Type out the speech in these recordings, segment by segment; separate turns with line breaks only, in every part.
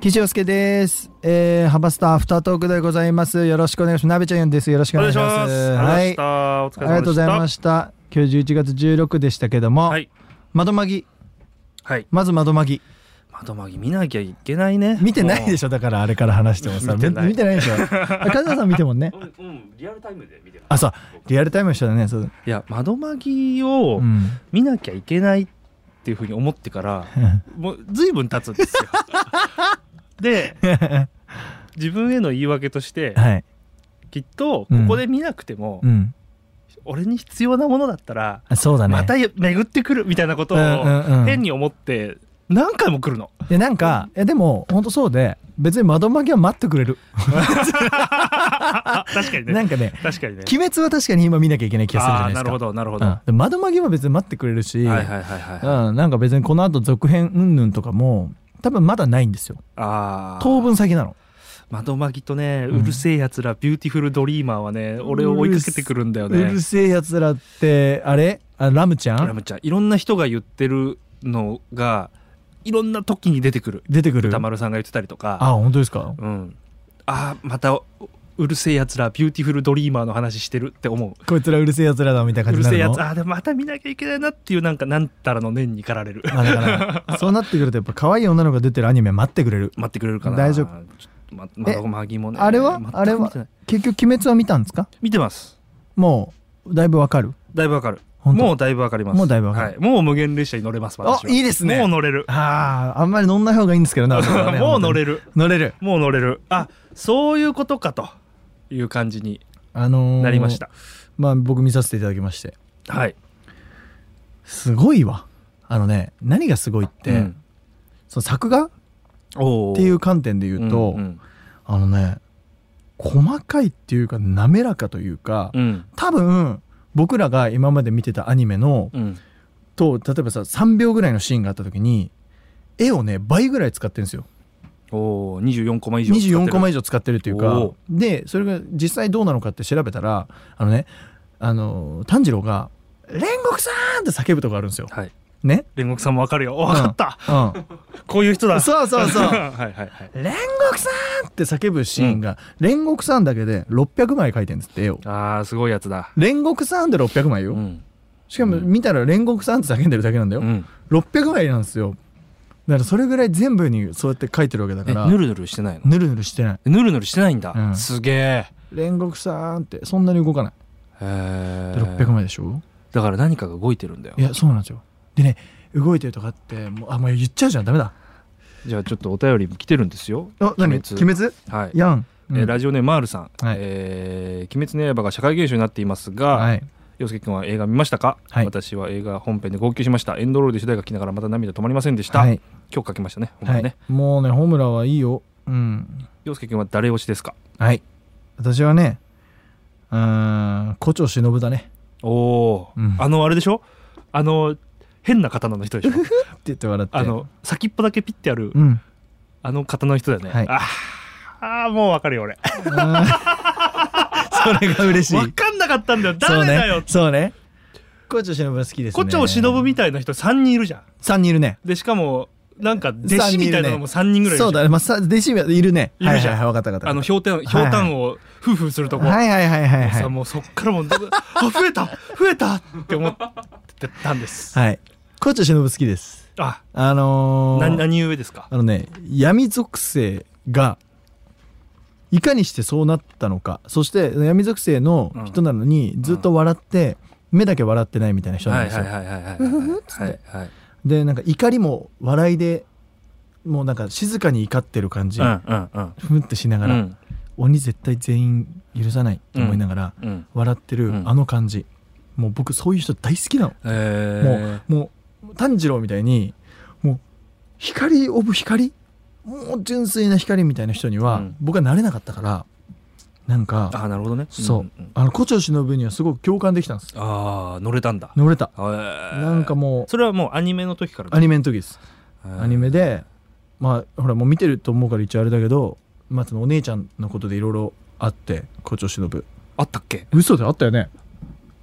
岸尾介です、えー、ハバスターアフタートークでございますよろしくお願いしますなべちゃんですよろしくお願いしますはいあ
お
りがとうございました今日11月16でしたけども、
はい
窓まぎ
はい
まず窓まぎ
窓まぎ見なきゃいけないね
見てないで
し
しょだからあれから話してもさ
見てない
み見てないで しょあ梶田さん見てもんね
うん、うん、リアルタイムで見てる
あそうリアルタイム一緒だねそう、
いや窓まぎを
うん、
見なきゃいけないっていうふうに思ってから、もう随分経つんです よで自分への言い訳として
はい、
きっとここで見なくても、
うん、
俺に必要なものだったら
あそうだね
また巡ってくるみたいなこと
うん
を
うんうん
変に思って何回も来るの
いやなんかいやでも本当そうで別に窓まぎは待ってくれる
あ確かにね
なんかね
確かにね
鬼滅は確かに今見なきゃいけない気がするじゃ
あ
な
あ
いで
ー
す
な
か
るほどなるほど、
うんで窓まぎは別に待ってくれるし、
はいはいはいはい、
うん、なんか別にこの後続編うんぬんとかも多分まだないんですよ
ああ
当分先なの
窓まぎとね
うん
うるせえやつら、ビューティフルドリーマーはね俺を追いかけてくるんだよ
う
ね
るせえやつらってあれあラムちゃ
ラ
ん
ムちゃんいろんな人が言ってるのがいろんな時に出てくる
出てくる
歌丸さんが言ってたりとか
あ本当ですか
うん、あーまたうるせえやつらビューティフルドリーマーの話してるって思う
こいつらうるせえやつらだみたいな
う
感
る
じ
せえ
になるの
やつあーでもまた見なきゃいけないなっていうなんかなんたらの念に駆られる
まあだ からそうなってくるとやっぱ可愛い女の子が出てるアニメ待ってくれる
待ってくれるかな
大丈夫
ちょっとま窓まぎもね
あれは
全く
あれは
見てない
結局鬼滅は見たんですか
見てます
もうだいぶわかる
だいぶわかる
本当
もうだいぶわかります。
もうだいぶわかる
はいもう無限列車に乗れます。私は
あいいですね
もう乗れる。
あああんまり乗んない方がいいんですけど な
もう乗
る
れる。
乗れる
もう乗れる。あ、そういうことかという感じに
あのー
なりました。
まあ僕見させていただきまして
はい。
すごいわあのね何がすごいって、
うん
その作画っ
おー
ていう観点で言うと、
ん
あのね細かいっていうか滑らかというか、
うん
多分僕らが今まで見てたアニメの
うんうん
と例えばさ3秒ぐらいのシーンがあった時に絵をね倍ぐらい使ってるんですよ
おお、二十四コマ以上。
24コマ以上使ってるっていうか
お
でそれが実際どうなのかって調べたらあのねあの炭治郎が「煉獄さん!」って叫ぶとこあるんですよ。
はい。
ね、
煉獄さんもわかるよ。おわかった。
う
こういう人だ。
ん、そうそうそう
はいはいはい。
煉獄さんって叫ぶシーンが、煉獄さんだけで600枚書いてんですってよ
ああ、すごいやつだ。
煉獄さんで600枚よ、
うん。
しかも見たら煉獄さんって叫んでるだけなんだよ、
うん。
600枚なんですよだからそれぐらい全部にそうやって書いてるわけだ
え、
から
ぬるぬるしてないの。
ぬるぬるしてない
ぬるぬるしてないんだ。
うん
すげ
煉獄さんってそんなに動かない
え。へ
で600
ー
枚でしょ
だから何かが動いてるんだよ
い。やそうなんですよでね動いてるとかってもうあもう言っちゃうじゃんダメだ
じゃあちょっとお便りも来てるんですよ。
あ何
鬼滅
鬼滅
はい。
やん、
え
うん
ーラジオネームマールさん、
はい
えー鬼滅の刃が社会現象になっていますが、
はい
洋介君は映画見ましたか、
はい
私は映画本編で号泣しましたエンドロールで主題歌聴きながらまた涙止まりませんでした、
はい、
今日書きましたねほんま
は
にね
い、もうねホムラはいいようん
洋介君は誰推しですか
はい。私はね、うーん、胡蝶忍だね。
おおー、
うん
あのあれでしょあの変な刀の人 でしょ
って言って笑って。
あの、先っぽだけピッてある、
うん。
あの刀の人だよね、
はい
あーあーもうわかるよ俺
それが嬉しい。
わかんなかったんだよ誰だよ、
そうね。そうね。胡蝶忍好きですね。
胡蝶忍みたいな人3人いるじゃん
三人いるね。
でしかもなんか弟子みたいなのも3人ぐらいいるじゃん
そうだね。まあ、さ弟子はいるね。
いるじゃん
はいはいはい、わかったわかった。
あの、ひょうたん、ひょうたんを、夫婦するとこ。
はいはいはいはい
さ、
はい。
もうそっからもう、あ、増えた増えたって思ってたんです。
はい。胡蝶忍好きです。
あ、
あの
な、
ー、
何故ですか
あのね、闇属性が、いかにしてそうなったのかそして闇属性の人なのにずっと笑って、目だけ笑ってないみたいな人なんですよ、
いはいはい。はいはい。
でなんか怒りも笑いでもうなんか静かに怒ってる感じ、
うんうん
ふんってしなが
う
ら、
ん。
鬼絶対全員許さないと思いながら
うん。
笑ってる
うん
あの感じ、もう僕そういう人大好きなの、
え
もうもう炭治郎みたいにもう光オブ光もう純粋な光みたいな人には、
うん
僕はなれなかったからなんか
ああなるほどね
そう、
んん
あの胡蝶忍にはすごく共感できたんです
ああ乗れたんだ
乗れたな
なん
かも
それはもうアニメの時から
うアニメの時です
へー
アニメでまあほらもう見てると思うから一応あれだけどまず、そのお姉ちゃんのことでいろいろあって胡蝶忍
あったっけ
嘘であったよね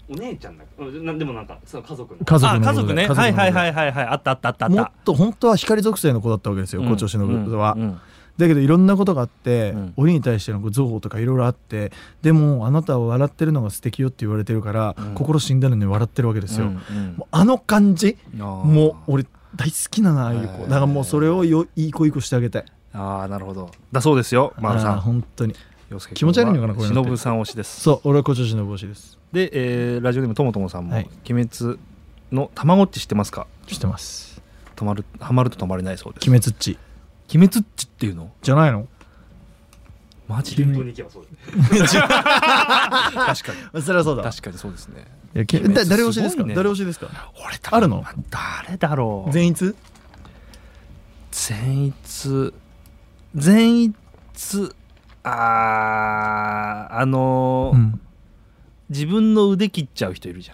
お姉ちゃんだうんなでもなんかその家族の
家族の
あ家
こと
族
で
ねはいはい
い
はいはいはいあったあったあったあった
もっと本当は光属性の子だったわけですよ、胡蝶忍は、
うんうん
だけどいろんなことがあって、
うん
鬼に対してのこう憎悪とかいろいろあってでもあなたは笑ってるのが素敵よって言われてるから、
うん
心死んだのに笑ってるわけですよ、
うんうん
もうあの感じ
あー
もう俺大好きななああいう
へ
子
ー
だからもうそれをよいい子いい子してあげたい
ああなるほどだそうですよ丸さ
あー
ん
本当に
洋介君は
気持ち悪いのかなこういうのって
忍さん推しです
そう俺は胡蝶忍の帽子です
で、えーラジオネームともともさんも、
はい
鬼滅のたまごっち知ってますか
知ってます
止まるハマると止まれないそうです
鬼滅っち
鬼滅っちっていうの
じゃないの
マジで
伝統に行けばそうです
確かに
それはそうだ
確かにそうですね
いやけだ誰推しです
す
か
ごいね
誰推しですか
俺
あるの
誰だろう
全員通
善逸善逸あーあのー
うん
自分の腕切っちゃう人いるじゃ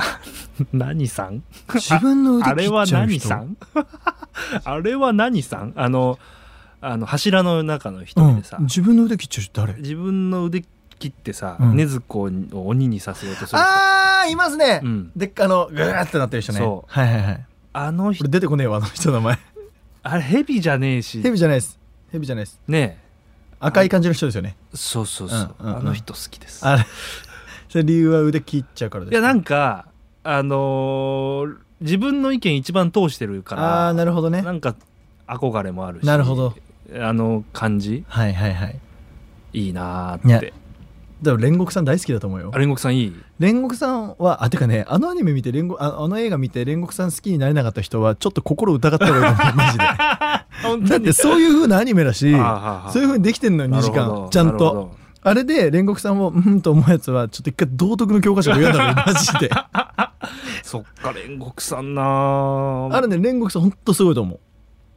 ん 何さん
自分の
あ
腕切
れ
っ
は
ちゃう
何
人
さん あれは何さんあのあの柱の中の一人でさ、
うん、自分の腕切っちゃう人誰
自分の腕切ってさ、
うん
禰豆子を鬼にさせようとするあ
あーいますね、
うん
であのグーってなってる人ね
そう
はいはいはい
あの
こ
人
れ出てこねえわあの人の名前
あれ蛇じゃねえ し
ヘビじゃないですヘビじゃないです
ね
赤い感じの人ですよね
えそうそうそう、
うんうんうん
あの人好きです
あれ それ理由は腕切っちゃうからです
いやなん
か
んかあのー自分の意見一番通してるか
あ
ら
あーなるほどね
なんか憧れもあるし
なるほど
あの感じ
はいはいはい
いいな
ね
ーって
でも煉獄さん大好きだと思うよ
あ煉獄さんいい
煉獄さんはあてかねあのアニメ見て煉獄ああの映画見て煉獄さん好きになれなかった人はちょっと心疑った方がいいと思うマジで
本
だってそういう風なアニメだし
あーはーはー
そういう風にできてんのよ2時
なるほ
間
ど
ちゃん
なるほ
と
ど
あれで煉獄さんも うんと思うやつはちょっと一回道徳の教科書を読んだのよ マジであ
そっか煉獄さんなー
れね煉獄さんほんとすごいと思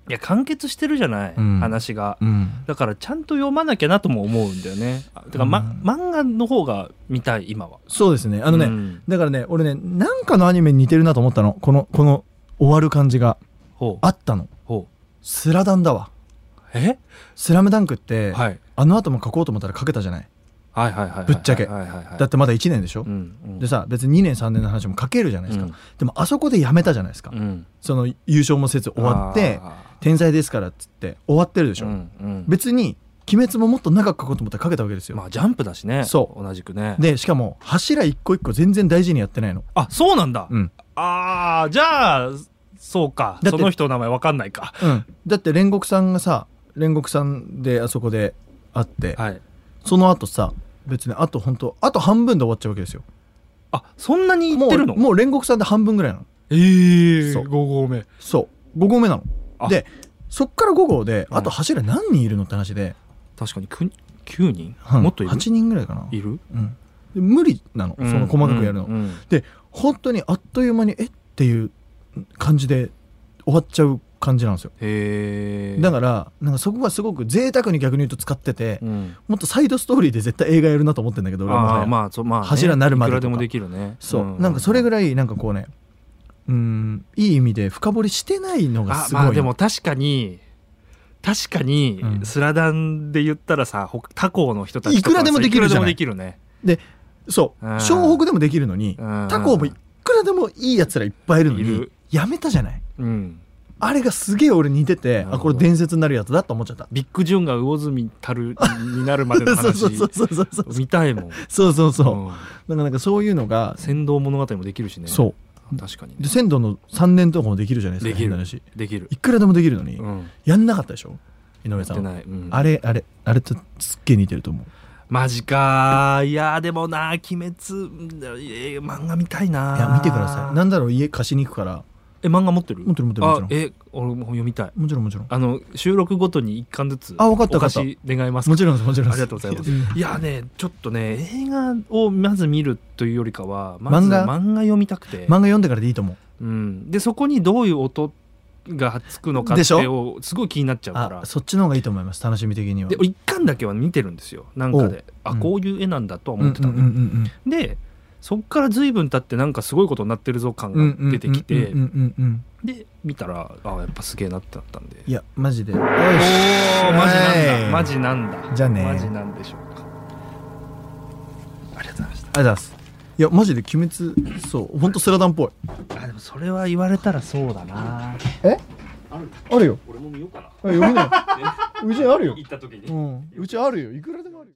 いや完結してるじゃない、
うん
話が
う、うん、
だからちゃんと読まなきゃなとも思うんだよねあてか、ま
うん
漫画の方が見たい今は
そうですねあのね、
うん
だからね俺ねなんかのアニメに似てるなと思ったのこのこの終わる感じが
ほう
あったの
ほう
スラダンだわ
え、
スラムダンクって、
はい、
あの後も書こうと思ったら書けたじゃない
はいはいはいはい
ぶっちゃけ
はいはいはい
だってまだ1年でしょ、
うんうん
でさ別に2年3年の話も書けるじゃないですか、
うん
でもあそこでやめたじゃないですか、
うん
その優勝もせず終わって
あ
天才ですからっつって終わってるでし
ー
ょ、
うんうん
別に鬼滅ももっと長く書こうと思ったら書けたわけですよ、
まあジャンプだしね
そう
同じくね
でしかも柱一個一個全然大事にやってないの
あそうなんだ、
うん、
ああじゃあそうか
だって
その人の名前わかんないか
うん、だって煉獄さんがさ煉獄さんであそこで会って、
はい
その後さ別にあと本当あと半分で終わっちゃうわけですよ
あそんなに言
も
って
う
るの
もう煉獄さんで半分ぐらいなの
ええ
そう
合目
そう5合目なの
あ
でそっから5合で
うん
あと柱何人いるのって話で、
確かにく9人、
うん
もっといる
8人ぐらいかない
る
うん、で無理なのその細かくやるの、
うんうん
で本当にあっという間にえっていう感じで終わっちゃう感じなんですよ
へえ
だからなんかそこがすごく贅沢に逆に言うと使ってて、
うん、
もっとサイドストーリーで絶対映画やるなと思ってんだけど俺はもは
あ
や
あまあそうまあ、ね、
柱になるまで
いく
とから
でもできるね
そう、なんかそれぐ
らい
らいなんかこうねうんいい意味で深掘りしてないのが
あ
すごい
まあ
の
でも確かに確かに
うん
スラダンで言ったらさほ他校の人たちとか
いくらでもできるじゃない
いくらでもできるね
そう
うん
湘北でもできるのに
うん
他校もいくらでもいいやつらいっぱいいるの
い
に
る
やめたじゃない
うん
あれがすげえ俺似てて
なる
あ
ほ
こ
ど
れ伝説になるやつだと思っちゃった
ビッグジョンが魚住たるになるまで の
そう
話
そうそうそうそうそう
見たいもん
そうそうそう
うん
だからなんかそういうのが
先導物語もできるしね
そう
確かに
うで
ね
仙道の3年とかもできるじゃないです
で
か
き
変
る
な話
できる
いくらでもできるのに
うん
やんなかったでしょ井上
や
さ
って
んは
ない、うん
あれあれあれとすっげえ似てると思う
マジかーいやーでもなー鬼滅うんえー漫画見たいない
や見てくださいなんだろう家貸しに行くから
え漫画持ってる
持ってる持ってるもち
あ
ろん
え俺も読みたい
もちろんもちろん
あの収録ごとに一巻ずつ
あわかったわかった
お貸し願います
もちろんですもちろん
ありがとうございます
す
いやねちょっとね映画をまず見るというよりかはまず
漫画
漫画読みたくて、
漫画読んでからでいいと思う
うん、でそこにどういう音がつくのかっ
でしょ
てをすごい気になっちゃうから
あそっちの方がいいと思います楽しみ的には
で一巻だけは見てるんですよなんかで
おう
あ
うん
こういう絵なんだとは
うんう
思
ん
ってたの
うんうん
でそっから随分経ってなんかすごいことになってるぞ感
うんうん
が出てきて
うんうんうんうん
で見たらあやっぱすげえなってなったんで
いやマジでおい
おーマジなん
は
だ
い
マジなんだ
じゃあね
マジなんでしょうかありがとうございまし
ありがと
た
うございますいやマジで鬼滅そう本当スラダンっぽい
あでもそれは言われたらそうだな
あるんだ
あるよ
俺も見ようかな
あ読めないうちあるよ
行った時に
うんうちあるよいくらでもあるよ